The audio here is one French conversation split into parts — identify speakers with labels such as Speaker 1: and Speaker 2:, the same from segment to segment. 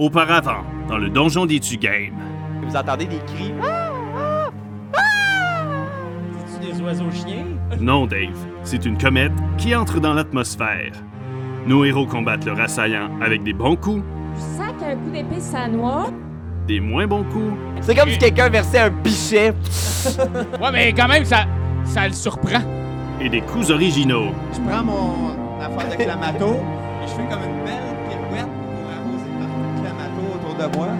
Speaker 1: Auparavant, dans le donjon des Tugames.
Speaker 2: Vous entendez des cris.
Speaker 3: C'est-tu des oiseaux chiens?
Speaker 1: Non, Dave, c'est une comète qui entre dans l'atmosphère. Nos héros combattent le assaillant avec des bons coups,
Speaker 4: Je sens qu'un coup d'épée, ça noie.
Speaker 1: des moins bons coups.
Speaker 2: C'est comme si quelqu'un versait un bichet.
Speaker 5: Ouais, mais quand même, ça, ça le surprend.
Speaker 1: Et des coups originaux.
Speaker 6: Je prends mon affaire de clamato et je fais comme une belle pirouette pour arroser partout le clamato autour de moi.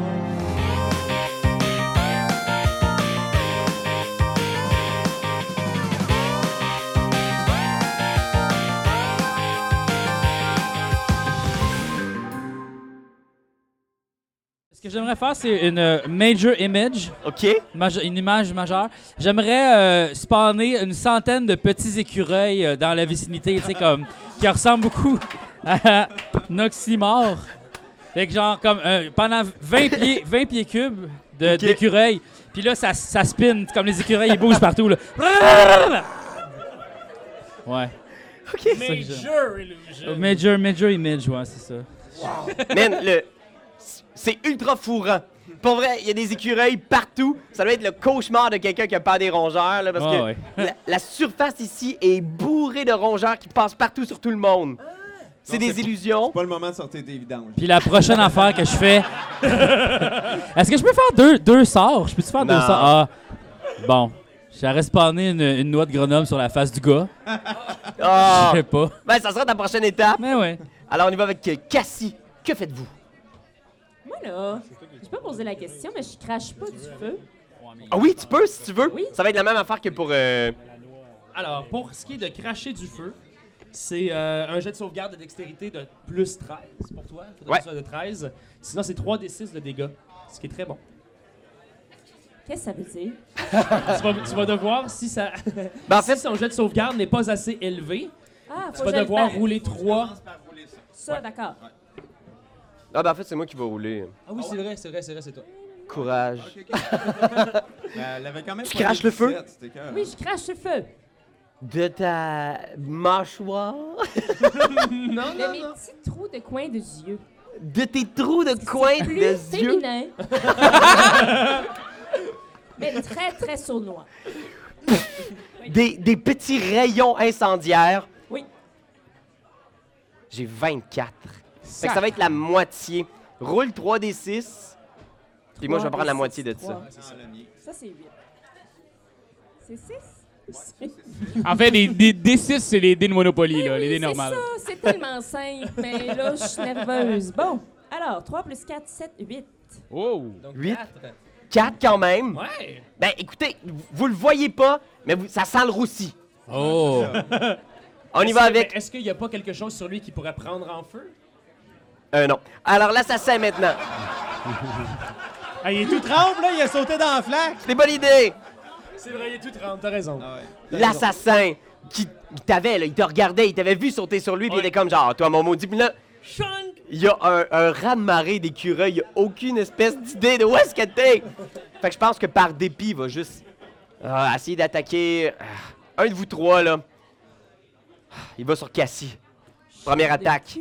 Speaker 3: Ce que j'aimerais faire, c'est une euh, major image,
Speaker 2: OK?
Speaker 3: maje- une image majeure. J'aimerais euh, spawner une centaine de petits écureuils euh, dans la vicinité, tu sais, comme, qui ressemblent beaucoup à un oxymore. Fait que genre, comme, euh, pendant 20 pieds, 20 pieds cubes de- d'écureuils, puis là, ça, ça spin, comme les écureuils, ils bougent partout, là. Ouais.
Speaker 5: Major Illusion.
Speaker 3: Major, major image, ouais, c'est ça.
Speaker 2: Man, le... c'est ultra fourrant. Pour vrai, il y a des écureuils partout. Ça doit être le cauchemar de quelqu'un qui a pas des rongeurs, là, parce
Speaker 3: Ouais,
Speaker 2: que
Speaker 3: ouais.
Speaker 2: la, la surface ici est bourrée de rongeurs qui passent partout sur tout le monde. C'est
Speaker 6: Non,
Speaker 2: des
Speaker 6: c'est-
Speaker 2: illusions.
Speaker 6: Pas le moment de sortir des vidanges.
Speaker 3: Puis la prochaine affaire que je fais. Est-ce que je peux faire deux, deux sorts? Je peux-tu faire deux
Speaker 2: Non.
Speaker 3: sorts? Ah. Bon. J'aurais spawné une, une noix de grenoble sur la face du gars.
Speaker 2: Ah!
Speaker 3: Je sais pas.
Speaker 2: Ben, ça sera ta prochaine étape.
Speaker 3: Mais ouais.
Speaker 2: Alors, on y va avec euh, Cassie. Que faites-vous?
Speaker 4: Moi, là, j'ai pas posé la question, mais je crache pas du feu.
Speaker 2: Ah oui, tu peux si tu veux.
Speaker 4: Oui.
Speaker 2: Ça va être la même affaire que pour. euh,
Speaker 7: Alors, pour ce qui est de cracher du feu, c'est euh, un jet de sauvegarde de dextérité de plus 13 pour toi. Faudrait
Speaker 2: Ouais.
Speaker 7: que ce soit de 13. Sinon, c'est 3d6 de dégâts, ce qui est très bon.
Speaker 4: Qu'est-ce que ça veut dire?
Speaker 7: tu, vas, tu vas devoir, si, ça,
Speaker 2: Ah. Ben, en
Speaker 7: si
Speaker 2: fait,
Speaker 7: son jet de sauvegarde n'est pas assez élevé,
Speaker 4: Ah,
Speaker 7: tu
Speaker 4: faut
Speaker 7: vas
Speaker 4: que je le
Speaker 7: devoir
Speaker 4: fasse.
Speaker 7: rouler 3.
Speaker 4: Ça, d'accord.
Speaker 2: ah, ben, en fait c'est moi qui vais rouler.
Speaker 7: Ah oui, c'est vrai, c'est vrai, c'est vrai, c'est toi.
Speaker 2: Courage.
Speaker 6: Euh, Elle avait quand même
Speaker 2: Tu craches le feu?
Speaker 4: Oui, je crache le feu.
Speaker 2: De ta mâchoire.
Speaker 4: De mes petits trous de coin de yeux.
Speaker 2: De tes trous de coin
Speaker 4: Plus
Speaker 2: de yeux.
Speaker 4: féminin. mais très, très sournois.
Speaker 2: Des, des petits rayons incendiaires.
Speaker 4: Oui.
Speaker 2: J'ai 24. Fait que ça va être la moitié. Roule 3d6. Et moi, je vais prendre la moitié de ça.
Speaker 6: euh,
Speaker 4: Ça, c'est 8. C'est 6?
Speaker 5: En fait, les, les D6, c'est les dés de Monopoly, là, les dés normales.
Speaker 4: C'est ça, c'est tellement simple, mais là, je suis nerveuse. Bon, alors, 3 plus 4, 7, 8.
Speaker 5: Oh!
Speaker 7: Donc,
Speaker 2: Huit.
Speaker 7: 4.
Speaker 2: 4 quand même.
Speaker 7: Ouais!
Speaker 2: Ben, écoutez, vous- vous le voyez pas, mais vous- ça sent le roussi.
Speaker 3: Oh.
Speaker 2: On y va avec.
Speaker 7: Est-ce qu'il n'y a pas quelque chose sur lui qui pourrait prendre en feu?
Speaker 2: Euh, non. Alors, l'assassin maintenant.
Speaker 6: Ah, il est tout tremble, là, il a sauté dans la flaque.
Speaker 2: C'est bonne idée.
Speaker 7: C'est vrai, il est tout 30, t'as raison.
Speaker 2: L'assassin qui il t'avait, là, il te regardait, il t'avait vu sauter sur lui, puis il était comme genre, toi, mon maudit. Puis là, il y a un, un raz-de-marée d'écureuils, il y a aucune espèce d'idée de où est-ce que t'es. Fait que je pense que par dépit, il va juste ah, essayer d'attaquer ah, un de vous trois, là. Ah, Il va sur Cassie. Première attaque,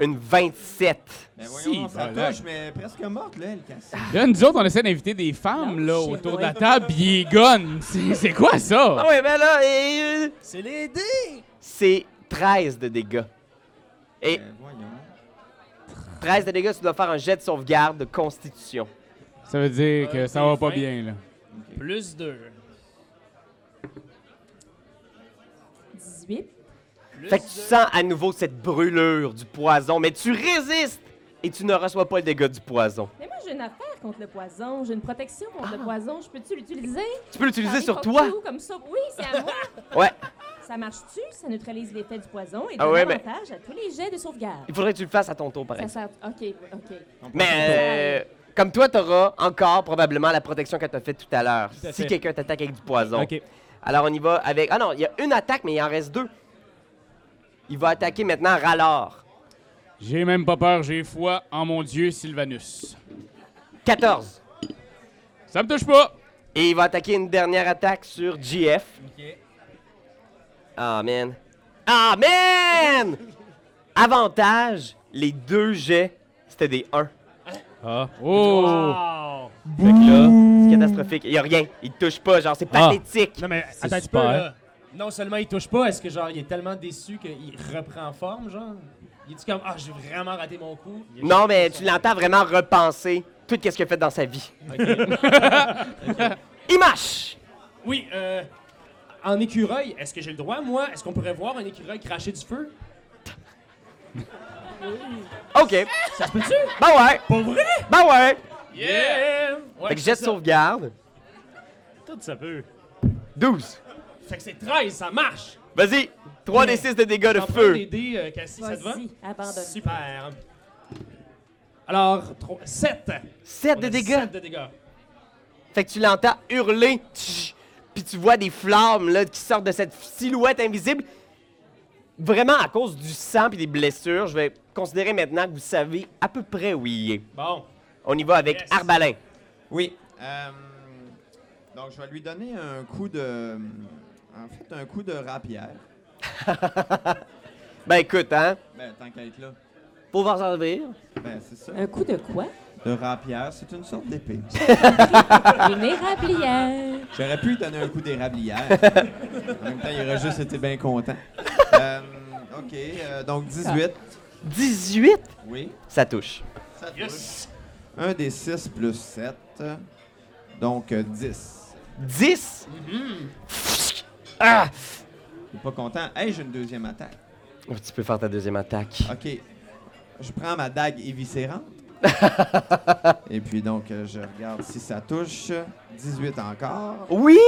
Speaker 2: une 27.
Speaker 6: Mais
Speaker 5: Si,
Speaker 6: voyons, ça
Speaker 5: ben,
Speaker 6: touche, mais presque morte, là, elle euh, Cassie.
Speaker 5: Là, nous autres, on essaie d'inviter des femmes là,
Speaker 4: Non,
Speaker 5: autour
Speaker 4: c'est
Speaker 5: de la
Speaker 4: vrai.
Speaker 5: table, puis ils gonnent. C'est c'est quoi
Speaker 2: Ah
Speaker 5: ça?
Speaker 2: ouais, ben là, et, euh,
Speaker 6: C'est les dés!
Speaker 2: c'est 13 de dégâts. Et
Speaker 6: Ben, voyons.
Speaker 2: 13 de dégâts, tu dois faire un jet de sauvegarde de constitution.
Speaker 5: Ça veut dire que ça va pas bien. là.
Speaker 7: Plus 2.
Speaker 4: 18.
Speaker 2: Fait que tu sens à nouveau cette brûlure du poison, mais tu résistes et tu ne reçois pas le dégât du poison.
Speaker 4: Mais moi, j'ai une affaire contre le poison. J'ai une protection contre le poison. Je peux-tu l'utiliser?
Speaker 2: Ah. Tu peux l'utiliser sur
Speaker 4: N'importe
Speaker 2: toi.
Speaker 4: où, comme ça. Oui, c'est à moi.
Speaker 2: Ouais.
Speaker 4: Ça marche-tu? Ça neutralise l'effet du poison et donne
Speaker 2: Ah ouais, mais-
Speaker 4: avantage à tous les jets de sauvegarde.
Speaker 2: Il faudrait que tu le fasses à ton tour, par
Speaker 4: Ça
Speaker 2: exemple.
Speaker 4: sert... OK, OK.
Speaker 2: Mais euh, comme toi, t'auras encore probablement la protection que t'as faite tout à l'heure.
Speaker 7: à
Speaker 2: Si
Speaker 7: fait.
Speaker 2: quelqu'un t'attaque avec du poison.
Speaker 7: Ok.
Speaker 2: Alors on y va avec. Ah non, il y a une attaque, mais il en reste deux. Il va attaquer maintenant Ralor.
Speaker 5: J'ai même pas peur, j'ai foi en mon Dieu Sylvanus.
Speaker 2: 14.
Speaker 5: Ça me touche pas!
Speaker 2: Et il va attaquer une dernière attaque sur Ah, GF. Amen. Ah, Amen! Avantage, les deux jets, c'était des 1.
Speaker 3: Ah. Oh!
Speaker 7: Wow!
Speaker 2: Fait que là, c'est catastrophique. Il y a rien. Il te touche pas. Genre, c'est
Speaker 3: Ah.
Speaker 2: pathétique.
Speaker 7: Non, mais
Speaker 3: C'est
Speaker 7: attends un petit peu,
Speaker 3: super.
Speaker 7: là. Non seulement il touche pas, est-ce que genre il est tellement déçu qu'il reprend forme, genre? Il est comme Ah, j'ai vraiment raté mon coup? Il est-
Speaker 2: Non, mais tu l'entends vraiment repenser tout ce qu'il a fait dans sa vie. Il marche!
Speaker 7: Oui, euh. En écureuil, est-ce que j'ai le droit, moi? Est-ce qu'on pourrait voir un écureuil cracher du feu?
Speaker 2: OK. Ça se peut-tu? Ben ouais.
Speaker 7: Pour vrai?
Speaker 2: Ben ouais.
Speaker 7: Yeah! Ouais,
Speaker 2: Fait que
Speaker 7: c'est
Speaker 2: jet de
Speaker 7: ça.
Speaker 2: sauvegarde.
Speaker 7: Tout ça peut.
Speaker 2: 12.
Speaker 7: Fait que c'est 13, ça marche!
Speaker 2: Vas-y. 3 des 6 de dégâts de
Speaker 7: T'en prends
Speaker 2: feu.
Speaker 7: des dés, euh, Cassie, ça te va?
Speaker 4: Vas-y, abandonne.
Speaker 7: Super. Alors, 7.
Speaker 2: 7 de dégâts.
Speaker 7: 7 de dégâts.
Speaker 2: Fait que tu l'entends hurler. tch, Puis tu vois des flammes là, qui sortent de cette silhouette invisible. Vraiment, à cause du sang et des blessures, je vais considérer maintenant que vous savez à peu près où il est.
Speaker 7: Bon.
Speaker 2: On y va avec
Speaker 7: Yes.
Speaker 2: Arbalin.
Speaker 6: Oui. euh, donc, je vais lui donner un coup de. euh, En fait, un coup de rapière.
Speaker 2: Ben écoute, hein,
Speaker 6: Ben, tant qu'à être là.
Speaker 2: pour vous en servir.
Speaker 6: Ben, c'est ça.
Speaker 4: Un coup de quoi?
Speaker 6: De rapière, c'est une sorte d'épée.
Speaker 4: Une érablière.
Speaker 6: J'aurais pu lui donner un coup d'érablière. en même temps, il aurait juste été bien content. Euh, OK, euh, donc 18.
Speaker 2: 18,
Speaker 6: Oui.
Speaker 2: ça touche.
Speaker 6: Ça touche.
Speaker 7: Yes.
Speaker 6: Un des 6 plus 7. Donc euh, 10.
Speaker 2: 10. Ah!
Speaker 6: Il est pas content. Hey, j'ai une deuxième attaque.
Speaker 2: Oh, tu peux faire ta deuxième attaque.
Speaker 6: OK. Je prends ma dague éviscérante. Et puis donc, euh, je regarde si ça touche. 18 encore.
Speaker 2: Oui!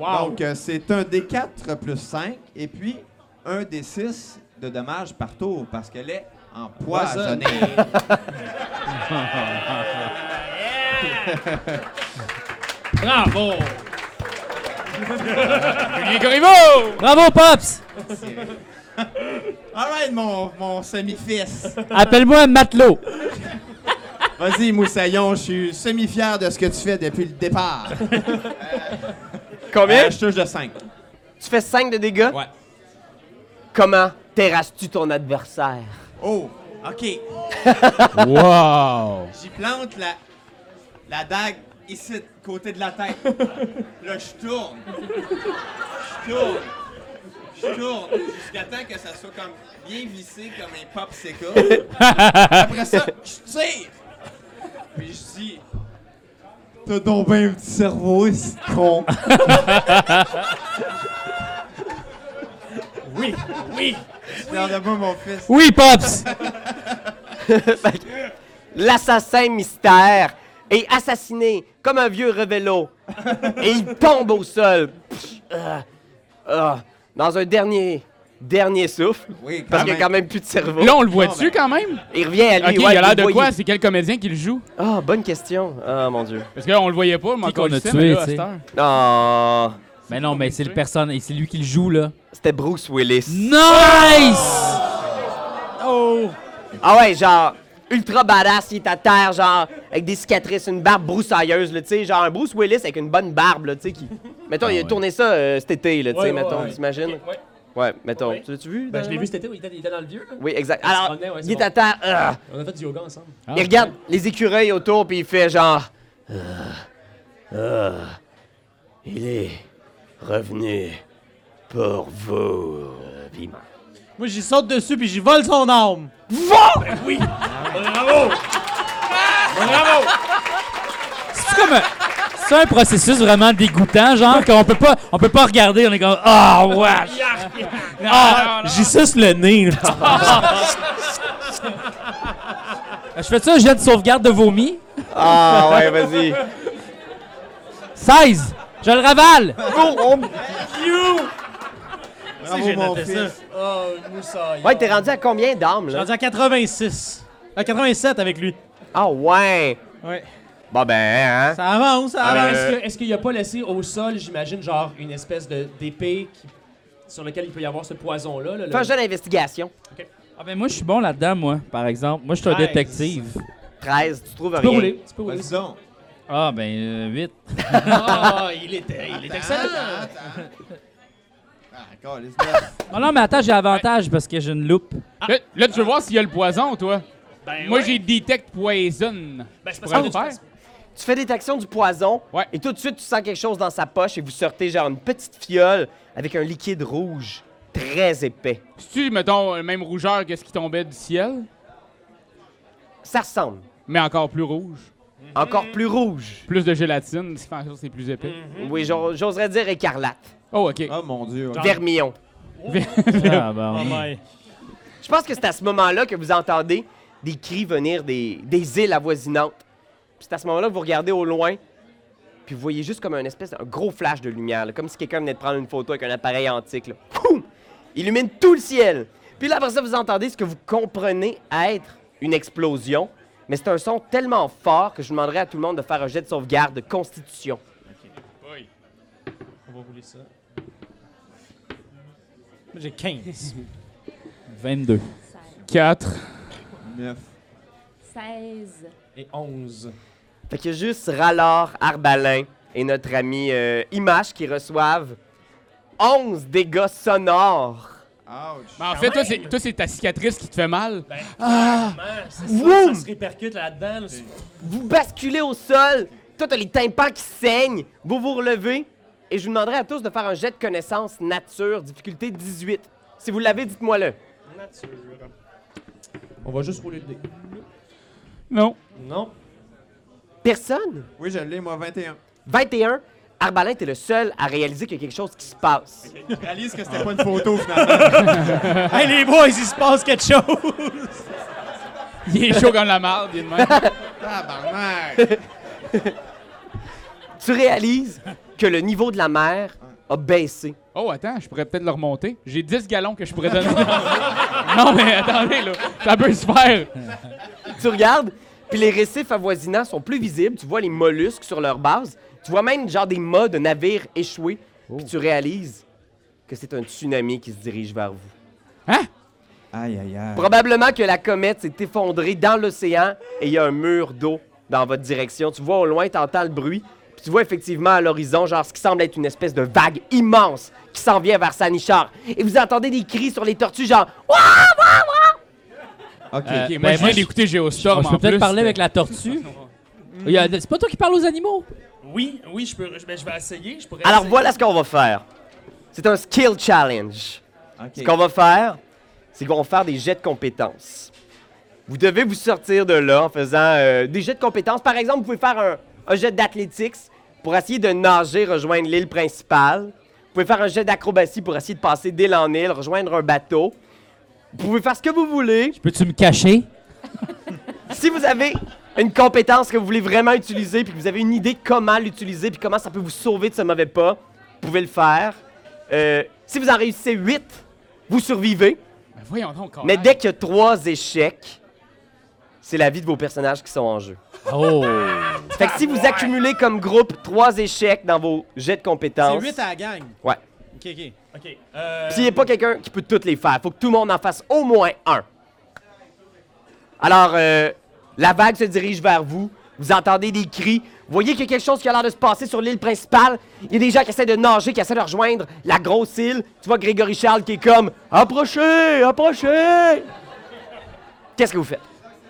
Speaker 7: Wow.
Speaker 6: Donc, euh, c'est un D4 plus 5. Et puis, un D6 de dommages par tour parce qu'elle est empoisonnée.
Speaker 7: Bravo!
Speaker 5: Julien Corriveau!
Speaker 3: Bravo, Pops!
Speaker 6: All right, mon, mon semi-fils.
Speaker 3: Appelle-moi Matelot.
Speaker 6: Vas-y, Moussaillon, je suis semi-fier de ce que tu fais depuis le départ.
Speaker 2: Combien?
Speaker 6: Euh, je touche de 5.
Speaker 2: tu fais 5 de dégâts?
Speaker 6: Ouais.
Speaker 2: Comment terrasses-tu ton adversaire?
Speaker 6: Oh, OK.
Speaker 5: Wow!
Speaker 6: J'y plante la, la dague ici, côté de la tête. Là, je tourne. Je tourne. Je tourne jusqu'à temps que ça soit comme bien vissé comme un popsicle. Après ça, je tire. Puis je dis... T'as tombé un petit cerveau, hein, c'est con.
Speaker 7: Oui, oui!
Speaker 6: Regarde-moi, mon fils.
Speaker 3: Oui, Pops!
Speaker 2: Fait que L'assassin mystère est assassiné comme un vieux revélo. et il tombe au sol. Pff, ah, ah, dans un dernier, dernier souffle.
Speaker 6: Oui,
Speaker 2: Parce qu'il y a quand même plus de cerveau.
Speaker 5: Là, on le voit-tu quand même?
Speaker 2: Il revient à
Speaker 5: Ah ben.
Speaker 3: Eh,
Speaker 5: Ok,
Speaker 2: lui.
Speaker 5: il
Speaker 2: ouais,
Speaker 5: a
Speaker 2: vous
Speaker 5: l'air de
Speaker 2: voyez.
Speaker 5: quoi? C'est quel comédien qui le joue?
Speaker 2: Ah, bonne question. Ah, mon Dieu.
Speaker 5: Parce qu'on le voyait pas, mais
Speaker 3: Qui qu'on
Speaker 5: encore
Speaker 3: a
Speaker 5: le sait,
Speaker 3: tué,
Speaker 5: mais là, à
Speaker 3: tu sais.
Speaker 5: cette heure.
Speaker 2: Ah,
Speaker 3: Mais non, mais c'est le personne, et c'est lui qui le joue, là.
Speaker 2: c'était Bruce Willis.
Speaker 3: Nice!
Speaker 5: Mm.
Speaker 2: Ah ouais, genre, ultra badass, il est à terre, genre, avec des cicatrices, une barbe broussailleuse, là, tu sais, genre un Bruce Willis avec une bonne barbe, là, tu sais, qui...
Speaker 5: Ah
Speaker 2: Mettons, il a
Speaker 3: ouais.
Speaker 2: tourné ça euh, cet été, là, tu sais,
Speaker 7: Ouais, ouais,
Speaker 2: mettons,
Speaker 7: ouais.
Speaker 2: t'imagines?
Speaker 7: Ok, ouais.
Speaker 2: Ouais, mettons,
Speaker 7: Ouais.
Speaker 2: tu l'as-tu vu?
Speaker 7: Ben, je l'ai
Speaker 2: dernièrement?
Speaker 7: vu cet été, il était, il était dans le vieux. là.
Speaker 2: Oui, exact.
Speaker 7: Il se
Speaker 2: Alors,
Speaker 7: promenait, ouais, c'est
Speaker 2: il est
Speaker 7: bon.
Speaker 2: à terre, ah,
Speaker 7: On a fait du yoga ensemble.
Speaker 2: il regarde les écureuils autour, puis il fait genre... Ah, ah, il est revenu pour vous. Puis il meurt.
Speaker 8: Moi, j'y saute dessus puis j'y vole son arme.
Speaker 7: Ben Bravo! Bravo!
Speaker 3: C'est comme un... C'est un processus vraiment dégoûtant, genre qu'on peut pas, on peut pas regarder, on est comme ah wesh!
Speaker 8: Ah, j'y suce le nez. là.
Speaker 3: Je fais ça, j'ai de sauvegarde de vomi.
Speaker 2: Ah ouais, vas-y.
Speaker 3: 16! Je le ravale!
Speaker 6: Bravo, mon
Speaker 8: noté ça.
Speaker 6: fils.
Speaker 7: Oh, Moussa.
Speaker 2: Ouais, t'es rendu à combien d'armes,
Speaker 8: Je suis
Speaker 2: là?
Speaker 8: rendu à 86. À 87 avec lui.
Speaker 2: Ah ouais!
Speaker 8: Ouais.
Speaker 2: Bon ben, euh, hein?
Speaker 8: Ça avance, ça
Speaker 3: Euh,
Speaker 8: avance.
Speaker 7: Est-ce que- est-ce qu'il a pas laissé au sol, j'imagine, genre une espèce de- d'épée qui- sur laquelle il peut y avoir ce poison-là? Là, le-
Speaker 2: Fais un jeu d'investigation.
Speaker 3: Ah ben moi je suis bon là-dedans moi, par exemple. Moi je suis un
Speaker 6: Nice.
Speaker 3: détective.
Speaker 2: 13, tu trouves
Speaker 7: Tu peux
Speaker 2: rien.
Speaker 7: rouler. Tu peux rouler.
Speaker 6: Vas-y donc.
Speaker 3: Ah ben
Speaker 8: euh,
Speaker 3: 8.
Speaker 7: Ah, il était, il était excellent.
Speaker 6: Attends, attends. Ah, calisse-le.
Speaker 3: Ah, Oh non mais attends j'ai avantage parce que j'ai une loupe.
Speaker 5: Là, là, tu veux voir s'il y a le poison, toi?
Speaker 7: Ben,
Speaker 5: Moi,
Speaker 7: ouais.
Speaker 5: j'ai Detect Poison.
Speaker 7: Ben, c'est parce
Speaker 5: pourrais
Speaker 7: que
Speaker 5: le faire.
Speaker 7: tu-
Speaker 2: Tu fais détection du poison
Speaker 5: Ouais.
Speaker 2: et tout de suite tu sens quelque chose dans sa poche et vous sortez genre une petite fiole avec un liquide rouge très épais.
Speaker 5: C'est-tu, mettons, le même rougeur que ce qui tombait du ciel,
Speaker 2: Ça ressemble.
Speaker 7: Mm-hmm.
Speaker 5: mais encore plus rouge?
Speaker 2: Encore plus rouge.
Speaker 5: Plus de gélatine, ce qui fait en sorte que c'est plus épais.
Speaker 3: Mhm.
Speaker 7: Mm-hmm.
Speaker 2: Oui, j'o- j'oserais dire écarlate.
Speaker 5: Oh, OK.
Speaker 3: Ah.
Speaker 6: Oh mon dieu. ouais.
Speaker 2: Vermillon.
Speaker 8: Ah, bon.
Speaker 2: Je pense que c'est à ce moment-là que vous entendez des cris venir des, des îles avoisinantes. Puis c'est à ce moment-là que vous regardez au loin, puis vous voyez juste comme un espèce d'un gros flash de lumière, là, comme si quelqu'un venait de prendre une photo avec un appareil antique. Là. Poum! Illumine tout le ciel. Puis là, après ça, vous entendez ce que vous comprenez être une explosion, mais c'est un son tellement fort que je demanderai à tout le monde de faire un jet de sauvegarde de constitution.
Speaker 8: On va rouler ça. J'ai 15.
Speaker 3: 22.
Speaker 5: 4.
Speaker 6: Neuf.
Speaker 4: 16.
Speaker 8: Et 11.
Speaker 2: Fait qu'il y a juste Rallor, Arbalin et notre ami euh, Image qui reçoivent 11 dégâts sonores.
Speaker 6: Ouch.
Speaker 5: Mais Ben, en fait, toi, c'est- toi, c'est ta cicatrice qui te fait mal.
Speaker 7: Ben, clairement, c'est ça, ça se répercute là-dedans. là.
Speaker 2: Vous basculez au sol, toi t'as les tympans qui saignent, vous vous relevez et je vous demanderai à tous de faire un jet de connaissance nature, difficulté 18. Si vous l'avez, dites-moi le.
Speaker 7: Nature. On va juste rouler le dé.
Speaker 5: Non.
Speaker 7: Non.
Speaker 2: Personne?
Speaker 6: Oui, je l'ai, moi, 21.
Speaker 2: 21. Arbalin, t'es le seul à réaliser qu'il y a quelque chose qui se passe.
Speaker 6: Je réalise que c'était pas une photo, finalement.
Speaker 8: Hey les boys, il se passe quelque chose!
Speaker 5: Il est chaud comme la marde, il est de même.
Speaker 6: Tabarnak.
Speaker 2: Tu réalises que le niveau de la mer a baissé.
Speaker 5: Oh, attends, je pourrais peut-être le remonter. J'ai 10 gallons que je pourrais donner. non, mais attendez, là. Ça peut se faire.
Speaker 3: Ben,
Speaker 2: tu regardes, puis les récifs avoisinants sont plus visibles. Tu vois les mollusques sur leur base. Tu vois même genre des mâts de navires échoués. Puis tu réalises que c'est un tsunami qui se dirige vers vous.
Speaker 6: Aïe, aïe, aïe.
Speaker 2: Probablement que la comète s'est effondrée dans l'océan et il y a un mur d'eau dans votre direction. Tu vois au loin, tu entends le bruit. Puis tu vois effectivement à l'horizon, genre ce qui semble être une espèce de vague immense qui s'en vient vers Sanichard. Et vous entendez des cris sur les tortues, genre
Speaker 5: OK, moi,
Speaker 6: OK.
Speaker 3: ben,
Speaker 5: je
Speaker 3: moi,
Speaker 5: viens
Speaker 3: je-
Speaker 5: d'écouter
Speaker 3: On
Speaker 5: Geostorm
Speaker 3: je peux
Speaker 5: en
Speaker 3: peut-être
Speaker 5: plus.
Speaker 3: parler avec la tortue. Il y a- C'est pas toi qui parles aux animaux.
Speaker 7: Oui, oui, je peux. ben, je vais essayer. Je pourrais
Speaker 2: Alors
Speaker 7: essayer.
Speaker 2: voilà ce qu'on va faire. C'est un skill challenge. Ce qu'on va faire, c'est qu'on va faire des jets de compétences. Vous devez vous sortir de là en faisant euh, des jets de compétences. Par exemple, vous pouvez faire un, un jet d'athlétics pour essayer de nager, rejoindre l'île principale. Vous pouvez faire un jet d'acrobatie pour essayer de passer d'île en île, rejoindre un bateau. Vous pouvez faire ce que vous voulez.
Speaker 3: Peux-tu me cacher?
Speaker 2: Si vous avez une compétence que vous voulez vraiment utiliser, puis que vous avez une idée de comment l'utiliser, puis comment ça peut vous sauver de ce mauvais pas, vous pouvez le faire. Euh, si vous en réussissez 8, vous survivez.
Speaker 5: Ben, voyons donc, Carl.
Speaker 2: Mais dès qu'il y a trois échecs, c'est la vie de vos personnages qui sont en jeu.
Speaker 3: Oh!
Speaker 2: Fait que si vous accumulez comme groupe trois échecs dans vos jets de
Speaker 8: C'est
Speaker 2: compétences,
Speaker 8: 8 à la gang.
Speaker 2: Ouais.
Speaker 8: Ok, ok.
Speaker 7: Ok. Euh,
Speaker 2: s'il n'y a pas quelqu'un qui peut toutes les faire, faut que tout le monde en fasse au moins un. Alors, euh, la vague se dirige vers vous. Vous entendez des cris. Vous voyez qu'il y a quelque chose qui a l'air de se passer sur l'île principale. Il y a des gens qui essaient de nager, qui essaient de rejoindre la grosse île. Tu vois Grégory Charles qui est comme Approchez, approchez Qu'est-ce que vous faites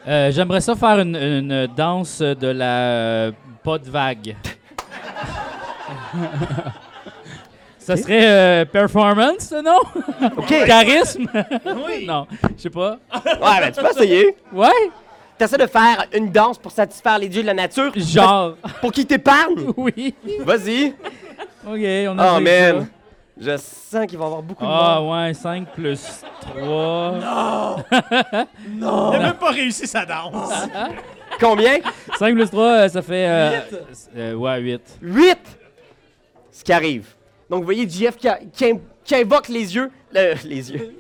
Speaker 3: Euh, J'aimerais ça faire une, une danse de la. euh, pas de vague. ça serait euh, performance, non?
Speaker 2: OK.
Speaker 3: Charisme? non, je sais pas.
Speaker 2: Ouais, ben tu peux essayer.
Speaker 3: Ouais?
Speaker 2: T'essaies de faire une danse pour satisfaire les dieux de la nature?
Speaker 3: Genre,
Speaker 2: Pour qu'ils t'épargnent?
Speaker 3: oui.
Speaker 2: Vas-y!
Speaker 3: Ok, on a
Speaker 2: Oh
Speaker 3: joué
Speaker 2: man!
Speaker 3: ça.
Speaker 2: Je sens qu'il va y avoir beaucoup de
Speaker 3: Ah
Speaker 2: monde.
Speaker 3: ouais, 5 plus 3.
Speaker 8: Il a même pas réussi sa danse.
Speaker 2: Combien?
Speaker 3: 5 plus 3, ça fait. euh, euh, ouais, 8.
Speaker 2: 8! Ce qui arrive. Donc vous voyez Jeff qui, a- qui in- qui invoque les yeux. le- les yeux.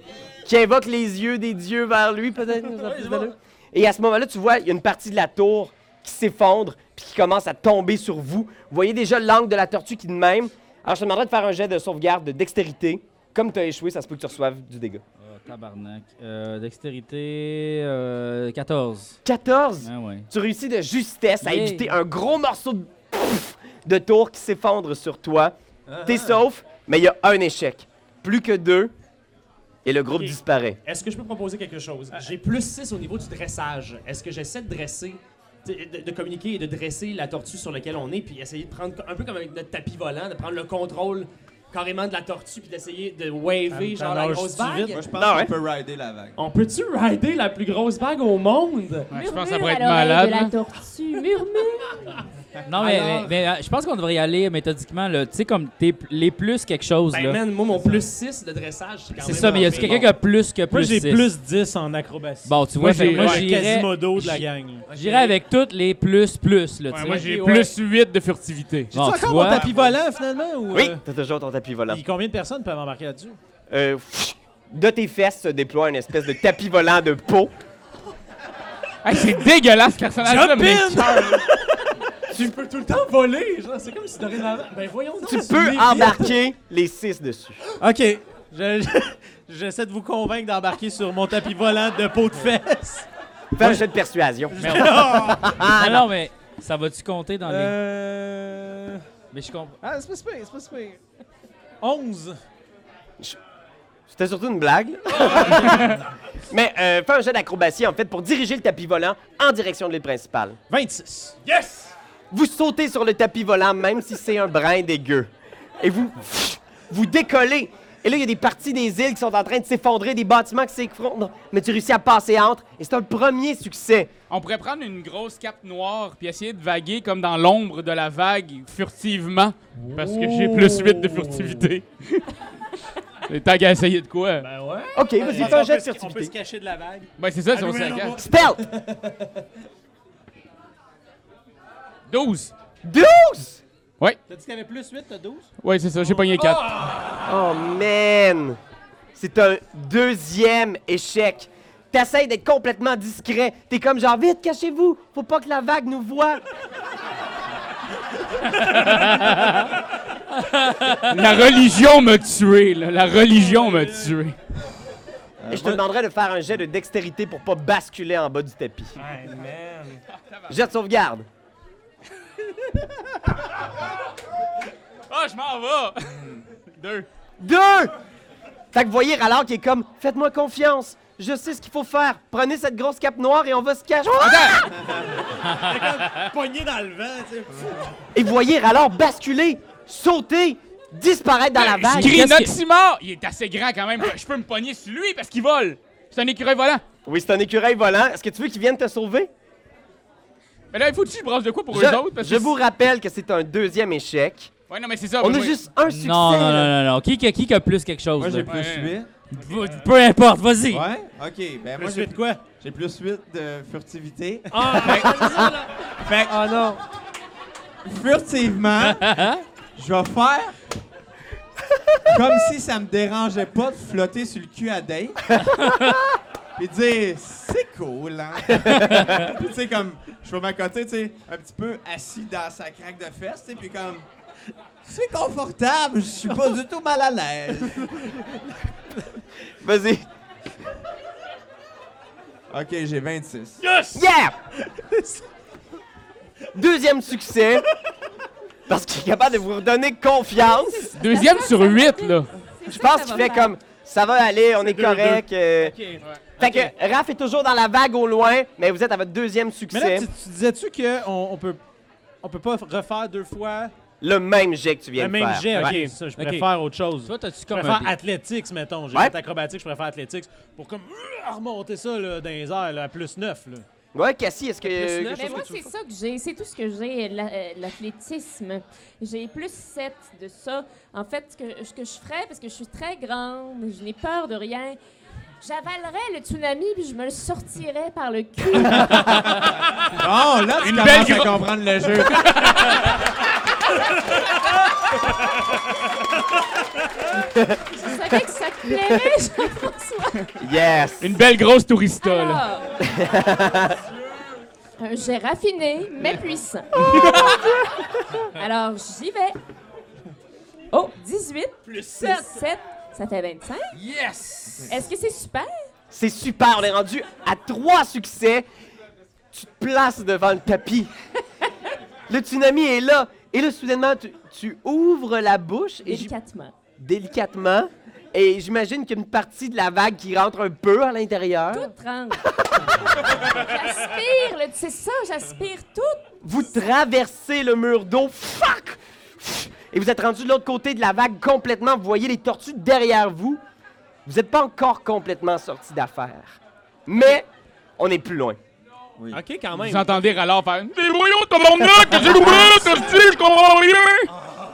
Speaker 2: Qui invoque les yeux des dieux vers lui, peut-être. ça a plus d'allure. Et à ce moment-là, tu vois, il y a une partie de la tour qui s'effondre puis qui commence à tomber sur vous. Vous voyez déjà l'angle de la tortue qui est de même. Alors je te demanderais de faire un jet de sauvegarde de dextérité. Comme tu as échoué, ça se peut que tu reçoives du dégât.
Speaker 3: Oh, tabarnak. Euh, dextérité, euh, 14.
Speaker 2: 14!
Speaker 3: Ah ouais.
Speaker 2: Tu réussis de justesse à
Speaker 3: Yeah.
Speaker 2: éviter un gros morceau de, pff de tour qui s'effondre sur toi. T'es sauf, mais il y a un échec. Plus que deux. et le groupe
Speaker 7: Ok.
Speaker 2: disparaît.
Speaker 7: Est-ce que je peux proposer quelque chose?
Speaker 3: Euh,
Speaker 7: J'ai plus 6 au niveau du dressage. Est-ce que j'essaie de dresser, de, de communiquer et de dresser la tortue sur laquelle on est, puis essayer de prendre, un peu comme avec notre tapis volant, de prendre le contrôle carrément de la tortue, puis d'essayer de waver
Speaker 8: t'en
Speaker 7: genre la
Speaker 8: lâches-tu
Speaker 7: grosse vague?
Speaker 8: vite?
Speaker 6: Moi, je pense
Speaker 2: Non, hein?
Speaker 6: qu'on
Speaker 2: ouais.
Speaker 6: peut rider la vague.
Speaker 7: On peut-tu rider la plus grosse vague au monde?
Speaker 5: Ouais, je pense que
Speaker 4: Murmure
Speaker 5: ça pourrait être
Speaker 4: à l'oreille
Speaker 5: malade.
Speaker 4: de la
Speaker 5: hein.
Speaker 4: tortue, murmure.
Speaker 3: Non, mais, mais- mais, euh, je pense qu'on devrait y aller méthodiquement, là. Tu sais, comme t'es p- les plus quelque chose,
Speaker 7: Ben,
Speaker 3: là.
Speaker 7: man, moi, mon plus 6 de dressage, c'est quand
Speaker 3: C'est
Speaker 7: même
Speaker 3: ça, mais y a
Speaker 7: bon.
Speaker 3: quelqu'un qui a plus que plus
Speaker 8: Moi, j'ai
Speaker 3: six?
Speaker 8: plus 10 en acrobatie.
Speaker 3: Bon, tu vois,
Speaker 5: Moi,
Speaker 3: fait que
Speaker 5: j'ai-
Speaker 3: moi,
Speaker 5: ouais,
Speaker 3: j'irais...
Speaker 8: Quasimodo de la
Speaker 3: j'-
Speaker 8: gang. là.
Speaker 3: J'irais avec toutes les plus plus, là, tu
Speaker 5: Ouais,
Speaker 3: sais.
Speaker 5: moi, j'ai
Speaker 3: Ok, ouais.
Speaker 5: plus 8 de furtivité.
Speaker 3: Bon,
Speaker 8: tu
Speaker 3: tu
Speaker 8: encore
Speaker 3: vois.
Speaker 8: mon tapis volant, finalement? Ou,
Speaker 2: Oui,
Speaker 8: euh,
Speaker 2: t'as toujours ton tapis volant.
Speaker 8: puis combien de personnes peuvent embarquer là-dessus?
Speaker 2: Euh, pfff, de tes fesses se déploie une espèce de tapis volant de peau.
Speaker 5: Hey, c'est dégueulasse, ce personnage-là. mais-
Speaker 7: Tu peux tout le temps voler, genre, c'est comme si dorénavant. Ben, voyons donc.
Speaker 2: Tu peux embarquer les six dessus.
Speaker 8: OK. Je- je- J'essaie de vous convaincre d'embarquer sur mon tapis volant de peau de fesses.
Speaker 2: Fais un jeu de persuasion.
Speaker 3: Ah non, mais ça va-tu compter dans les...
Speaker 8: Euh...
Speaker 3: Mais je comprends.
Speaker 8: Ah, c'est pas si pire, c'est pas si pire. 11.
Speaker 2: C'était surtout une blague. Mais euh, fais un jeu d'acrobatie, en fait, pour diriger le tapis volant en direction de l'île principale.
Speaker 8: 26.
Speaker 2: Vous sautez sur le tapis volant, même si c'est un brin dégueu. Et vous, vous décollez. Et là, il y a des parties des îles qui sont en train de s'effondrer, des bâtiments qui s'effondrent. Mais tu réussis à passer entre, et c'est un premier succès.
Speaker 5: On pourrait prendre une grosse cape noire puis essayer de vaguer comme dans l'ombre de la vague furtivement. Parce que j'ai plus 8 de furtivité. Et tant qu'à essayer de quoi? Ben,
Speaker 7: Ben ouais.
Speaker 2: OK, vas-y, fais un jet de furtivité.
Speaker 8: cacher de la vague.
Speaker 5: c'est ça, si on se cache.
Speaker 2: Stealth!
Speaker 5: 12!
Speaker 2: 12!
Speaker 8: T'as dit que t'avais plus 8, t'as 12?
Speaker 5: Ouais, c'est ça, j'ai pogné 4.
Speaker 2: Oh man! C'est un deuxième échec. T'essayes d'être complètement discret. T'es comme genre, vite, cachez-vous! Faut pas que la vague nous voie!
Speaker 5: La religion m'a tué, là. La religion m'a tué.
Speaker 2: Et je te demanderais de faire un jet de dextérité pour pas basculer en bas du tapis. Jet de sauvegarde.
Speaker 5: Ah, je m'en vais! Deux.
Speaker 2: Deux! Fait que vous voyez Rallard qui est comme, faites-moi confiance! Je sais ce qu'il faut faire! Prenez cette grosse cape noire et on va se cacher!
Speaker 8: Pogné dans le vent, tu sais.
Speaker 2: Et vous voyez Rallard basculer, sauter, disparaître dans la vague.
Speaker 5: Grinotimore! Il est assez grand quand même. Je peux me pogner sur lui parce qu'il vole. C'est un écureuil volant.
Speaker 2: Oui, c'est un écureuil volant. Est-ce que tu veux qu'il vienne te sauver?
Speaker 5: Mais là, il faut que je brasse de quoi pour
Speaker 2: Je,
Speaker 5: eux autres? Parce
Speaker 2: je
Speaker 5: que-
Speaker 2: vous rappelle que c'est un deuxième échec.
Speaker 5: Ouais, non, mais c'est ça.
Speaker 2: On
Speaker 5: mais
Speaker 2: a
Speaker 5: moi-
Speaker 2: juste un succès.
Speaker 3: Non, non,
Speaker 2: là.
Speaker 3: non, non, non. Qui, qui, qui a plus quelque chose,
Speaker 6: Moi, j'ai
Speaker 3: là?
Speaker 6: plus
Speaker 5: Ouais.
Speaker 6: 8.
Speaker 3: Peu- Peu importe, vas-y.
Speaker 6: Ouais? OK. Ben, moi,
Speaker 8: Plus
Speaker 6: j'ai
Speaker 8: 8 quoi?
Speaker 6: j'ai plus 8 de furtivité.
Speaker 8: Oh non.
Speaker 6: Furtivement, je vais faire comme si ça me dérangeait pas de flotter sur le cul à Dave. Puis dire, c'est cool, hein? Puis tu sais, comme, je vais m'accoter, tu sais, un petit peu assis dans sa craque de fesses, tu sais, puis comme, c'est confortable, je suis pas du tout mal à l'aise.
Speaker 2: Vas-y.
Speaker 6: OK, j'ai 26.
Speaker 2: Yeah! Deuxième succès. Parce qu'il est capable de vous redonner confiance.
Speaker 5: Deuxième sur 8, là.
Speaker 2: Je pense qu'il fait comme ça va aller, on est correct. euh. Fait que Raph est toujours dans la vague au loin, mais vous êtes à votre deuxième
Speaker 8: Mais là,
Speaker 2: succès.
Speaker 8: tu, tu disais-tu qu'on on peut, on peut pas refaire deux fois
Speaker 2: Le même jet que tu viens
Speaker 8: le
Speaker 2: de
Speaker 8: même
Speaker 2: faire.
Speaker 8: jet?
Speaker 3: Ouais.
Speaker 8: OK, ça, je
Speaker 3: Ok.
Speaker 8: préfère faire autre chose.
Speaker 3: Toi, t'as-tu
Speaker 8: Je
Speaker 3: comme un...
Speaker 8: préfère athletics, mettons. J'ai
Speaker 2: Ouais.
Speaker 8: fait acrobatique, je préfère athletics pour comme euh, remonter ça là, dans les airs là, à plus 9. Là.
Speaker 2: Ouais, Cassie, est-ce que. euh, quelque
Speaker 4: Mais
Speaker 2: chose
Speaker 4: moi,
Speaker 2: que tu veux
Speaker 4: c'est
Speaker 2: faire?
Speaker 4: ça que j'ai. C'est tout ce que j'ai, la- euh, l'athlétisme. J'ai plus 7 de ça. En fait, ce que, ce que je ferais, parce que je suis très grande, je n'ai peur de rien, j'avalerais le tsunami puis je me le sortirais par le cul.
Speaker 6: Bon, là, tu
Speaker 5: Une belle
Speaker 6: commences à
Speaker 5: gro-
Speaker 6: comprendre le jeu.
Speaker 4: Je savais que ça te plairait, Jean-François.
Speaker 2: Yes!
Speaker 5: Une belle grosse tourista, là.
Speaker 4: Alors, un jet raffiné, mais puissant. Alors, j'y vais. Oh, 18 plus 7. ça fait 25. Yes! Est-ce que c'est super?
Speaker 2: C'est super, on est rendu à trois succès. Tu te places devant le tapis. le tsunami est là. Et là, soudainement, tu, tu ouvres la bouche et j'y-
Speaker 4: Délicatement.
Speaker 2: délicatement. Et j'imagine qu'il y a une partie de la vague qui rentre un peu à l'intérieur.
Speaker 4: Tout rentre. Ah. j'aspire, le- c'est ça, j'aspire tout.
Speaker 2: Vous traversez le mur d'eau. Fuck! Et vous êtes rendu de l'autre côté de la vague complètement. Vous voyez les tortues derrière vous. Vous n'êtes pas encore complètement sorti d'affaire. Mais on est plus loin.
Speaker 8: OK, quand même.
Speaker 5: Vous entendez Rallard faire Débrouillons, tout le monde là, que j'ai oublié, que je dis, je comprends rien!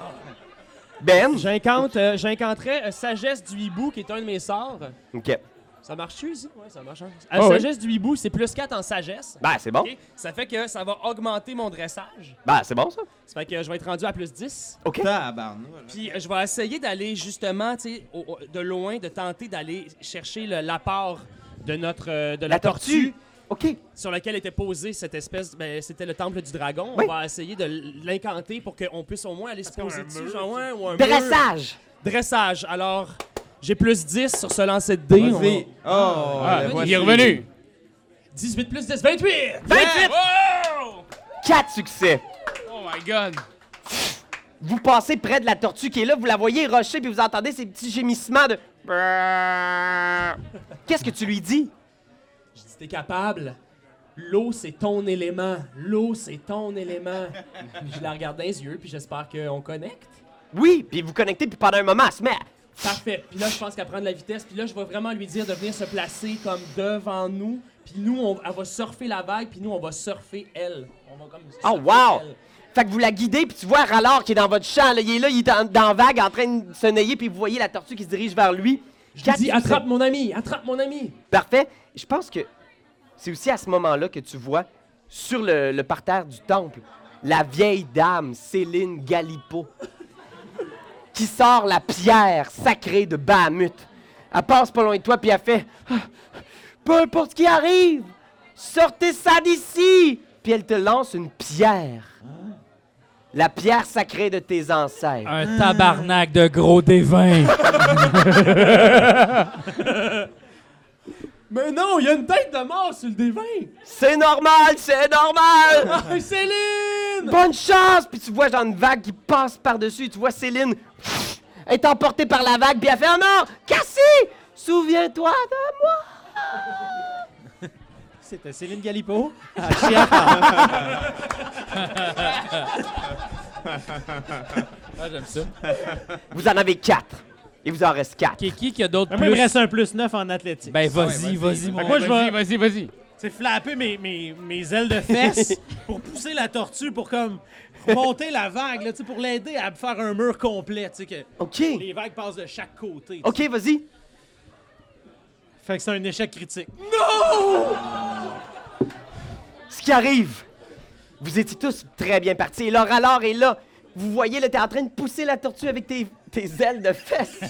Speaker 2: Ben?
Speaker 8: J'incante, euh, j'incanterais euh, Sagesse du hibou, qui est un de mes sorts.
Speaker 2: OK.
Speaker 8: Ça marche-tu ici? Ouais, ça marche. hein?
Speaker 5: Ah
Speaker 8: À
Speaker 7: Euh,
Speaker 5: ouais.
Speaker 8: Sagesse du hibou, c'est plus 4 en sagesse.
Speaker 2: Ben, c'est bon.
Speaker 8: OK? Ça fait que ça va augmenter mon dressage.
Speaker 2: Ben, c'est bon, ça.
Speaker 8: Ça fait que je vais être rendu à plus 10.
Speaker 2: OK.
Speaker 6: Tabarnouche.
Speaker 8: Puis euh, je vais essayer d'aller justement, tu sais, au- au- de loin, de tenter d'aller chercher le- l'apport de notre euh, de la,
Speaker 2: La tortue. OK.
Speaker 8: sur laquelle était posée cette espèce, ben, c'était le temple du dragon.
Speaker 2: Oui.
Speaker 8: On va essayer de l'incanter pour qu'on puisse au moins aller se poser dessus, genre, ouais, ou un mur.
Speaker 2: Dressage.
Speaker 8: Dressage. Alors, j'ai plus 10 sur ce lancer de dés. On va-
Speaker 6: Vas-y. Oh,
Speaker 5: Ah,
Speaker 6: le
Speaker 5: il est
Speaker 6: voici.
Speaker 5: revenu!
Speaker 8: 18 plus 10, 28!
Speaker 2: 28!
Speaker 5: Oh!
Speaker 2: 4 succès.
Speaker 5: Oh my god!
Speaker 2: Vous passez près de la tortue qui est là, vous la voyez rocher, puis vous entendez ces petits gémissements de. Qu'est-ce que tu lui dis?
Speaker 8: Je dis, t'es capable. L'eau, c'est ton élément. L'eau, c'est ton élément. Puis je la regarde dans les yeux, puis j'espère qu'on connecte.
Speaker 2: Oui, puis vous connectez, puis pendant un moment, elle se met. à-
Speaker 8: Parfait. Puis là, je pense qu'elle prend de la vitesse. Puis là, je vais vraiment lui dire de venir se placer comme devant nous. Puis nous, on, elle va surfer la vague, puis nous, on va surfer elle. On va comme
Speaker 2: Oh,
Speaker 8: surfer
Speaker 2: wow!
Speaker 8: elle.
Speaker 2: Fait que vous la guidez, puis tu vois Rallard qui est dans votre champ, là, il est là, il est en- dans la vague en train de se nailler, puis vous voyez la tortue qui se dirige vers lui.
Speaker 8: Je lui
Speaker 2: Quatre
Speaker 8: dis,
Speaker 2: succès.
Speaker 8: attrape mon ami, attrape mon ami.
Speaker 2: Parfait. Je pense que c'est aussi à ce moment-là que tu vois, sur le, le parterre du temple, la vieille dame Céline Galipo qui sort la pierre sacrée de Bahamut. Elle passe pas loin de toi, puis elle fait Ah, Peu importe qui arrive, sortez ça d'ici! Puis elle te lance une pierre. La pierre sacrée de tes ancêtres.
Speaker 3: Un tabarnak de gros dévins.
Speaker 8: Mais non, il y a une tête de mort sur le dévin.
Speaker 2: C'est normal, c'est normal!
Speaker 8: Ah, Céline!
Speaker 2: Bonne chance! Puis tu vois genre une vague qui passe par-dessus. Tu vois Céline pff, être emportée par la vague. Puis elle fait Oh non! Cassie! Souviens-toi de moi!
Speaker 8: C'était Céline Galipo.
Speaker 3: Ah, j'aime ça.
Speaker 2: Vous en avez quatre. Il vous en reste quatre.
Speaker 3: Qui, qui, qui a d'autres
Speaker 8: mais
Speaker 3: plus?
Speaker 8: il me reste
Speaker 9: un plus 9 en athlétique.
Speaker 3: Ben, vas-y, vas-y, mon
Speaker 9: moi, je
Speaker 5: Vas-y,
Speaker 9: vais-
Speaker 5: vas-y, vas-y!
Speaker 9: C'est flapper mes, mes, mes ailes de fesses pour pousser la tortue, pour comme monter la vague, là, tu sais, pour l'aider à faire un mur complet. tu sais, Que
Speaker 2: OK.
Speaker 9: les vagues passent de chaque côté. tu sais.
Speaker 2: OK, vas-y.
Speaker 9: Fait que c'est un échec critique.
Speaker 2: Ce qui arrive. Vous étiez tous très bien partis. Et là, alors est là. Vous voyez, là, t'es en train de pousser la tortue avec tes, tes ailes de fesses.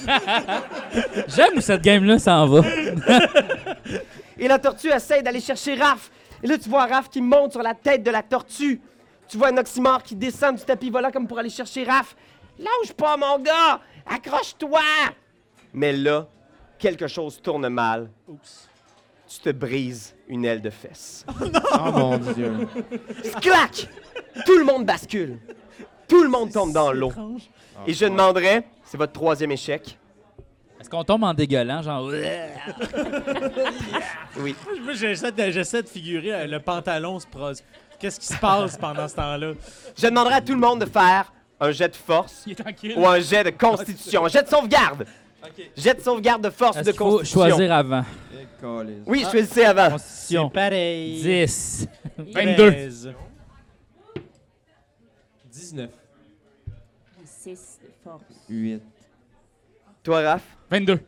Speaker 3: J'aime où cette game-là s'en va.
Speaker 2: Et la tortue essaie d'aller chercher Raph. Et là, tu vois Raph qui monte sur la tête de la tortue. Tu vois un oxymore qui descend du tapis volant comme pour aller chercher Raph. Lâche pas, mon gars! Accroche-toi! Mais là, quelque chose tourne mal. Oups. Tu te brises une aile de fesse.
Speaker 6: Oh mon dieu.
Speaker 2: Clac! Tout le monde bascule. Tout le monde tombe dans l'eau. Et je demanderais, c'est votre troisième échec.
Speaker 3: Est-ce qu'on tombe en dégueulant, genre...
Speaker 2: Oui.
Speaker 9: Moi, j'essaie de, j'essaie de figurer euh, le pantalon se prose. Qu'est-ce qui se passe pendant ce temps-là?
Speaker 2: Je demanderais à tout le monde de faire un jet de force ou un jet de constitution. Un jet de sauvegarde. Jet de sauvegarde de force ou
Speaker 3: Est-ce
Speaker 2: de
Speaker 3: qu'il faut
Speaker 2: constitution.
Speaker 3: choisir avant?
Speaker 2: Oui, choisissez avant.
Speaker 3: Constitution.
Speaker 9: Pareil.
Speaker 3: 10.
Speaker 5: 22.
Speaker 8: 19.
Speaker 4: 6 de force.
Speaker 6: 8.
Speaker 2: Toi, Raph,
Speaker 5: 22.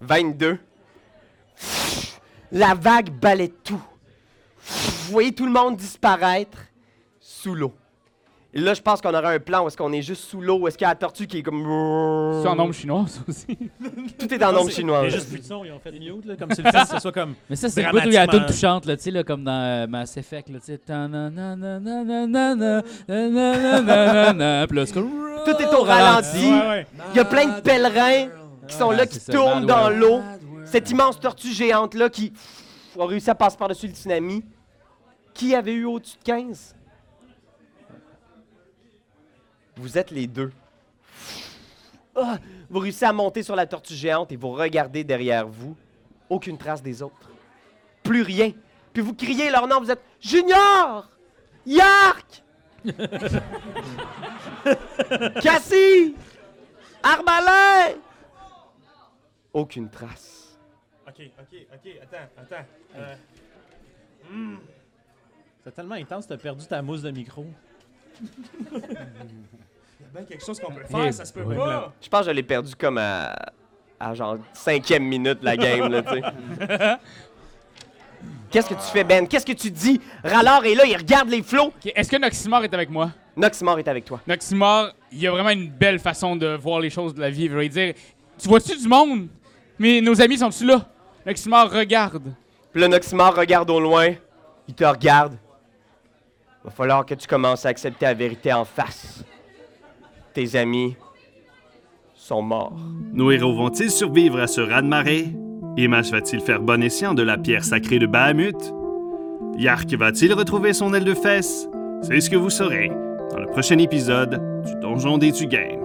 Speaker 2: 22. La vague balaie tout. Vous voyez tout le monde disparaître sous l'eau. Et là, je pense qu'on aurait un plan où est-ce qu'on est juste sous l'eau, où est-ce qu'il y a la tortue qui est comme...
Speaker 5: C'est en ombre chinoise ça aussi.
Speaker 2: Tout est en ombre chinois.
Speaker 9: Il y a juste plus de son, ils ont fait mute, là, comme si le fils, ce soit comme.
Speaker 3: Mais ça, c'est le bout où il y a la
Speaker 9: Dramatiquement.
Speaker 3: toune touchante, là, tu sais, là, comme dans euh, Mass Effect, là, tu sais. Ta-na-na-na-na-na-na, na-na-na-na-na, puis là, c'est comme-
Speaker 2: Tout est au ralenti.
Speaker 9: Oh, Ouais,
Speaker 2: Il y a plein de pèlerins qui sont
Speaker 3: Ah,
Speaker 2: là,
Speaker 3: c'est
Speaker 2: qui
Speaker 3: ça,
Speaker 2: tournent dans
Speaker 3: Bad
Speaker 2: l'eau.
Speaker 3: World.
Speaker 2: Cette immense tortue géante-là qui pff, a réussi à passer par-dessus le tsunami. Qui avait eu au-dessus de 15? Vous êtes les deux. Ah! Vous réussissez à monter sur la tortue géante et vous regardez derrière vous. Aucune trace des autres. Plus rien. Puis vous criez leur nom, vous êtes Junior! Yark! Cassie! Arbalin! Aucune trace.
Speaker 7: Ok, ok, ok, attends, attends. euh,
Speaker 9: C'est tellement intense, t'as perdu ta mousse de micro.
Speaker 7: Il y a bien quelque chose qu'on peut faire, ça se peut pas.
Speaker 2: Je pense que je l'ai perdu comme à, à genre cinquième minute la game, là, tu sais. Qu'est-ce que tu fais, Ben? Qu'est-ce que tu dis? Rallor est là, il regarde les flots.
Speaker 5: Ok, Est-ce que Noximor est avec moi?
Speaker 2: Noxmor est avec toi.
Speaker 5: Noximor, il a vraiment une belle façon de voir les choses de la vie. Je vais dire Tu vois-tu du monde? Mais nos amis sont-tu là? Noximor regarde.
Speaker 2: Puis là, Noxmor regarde au loin. Il te regarde. Va falloir que tu commences à accepter la vérité en face. Tes amis sont morts.
Speaker 1: Nos héros vont-ils survivre à ce raz-de-marée? Image va-t-il faire bon escient de la pierre sacrée de Bahamut? Yark va-t-il retrouver son aile de fesse? C'est ce que vous saurez dans le prochain épisode du Donjon des Tugaines.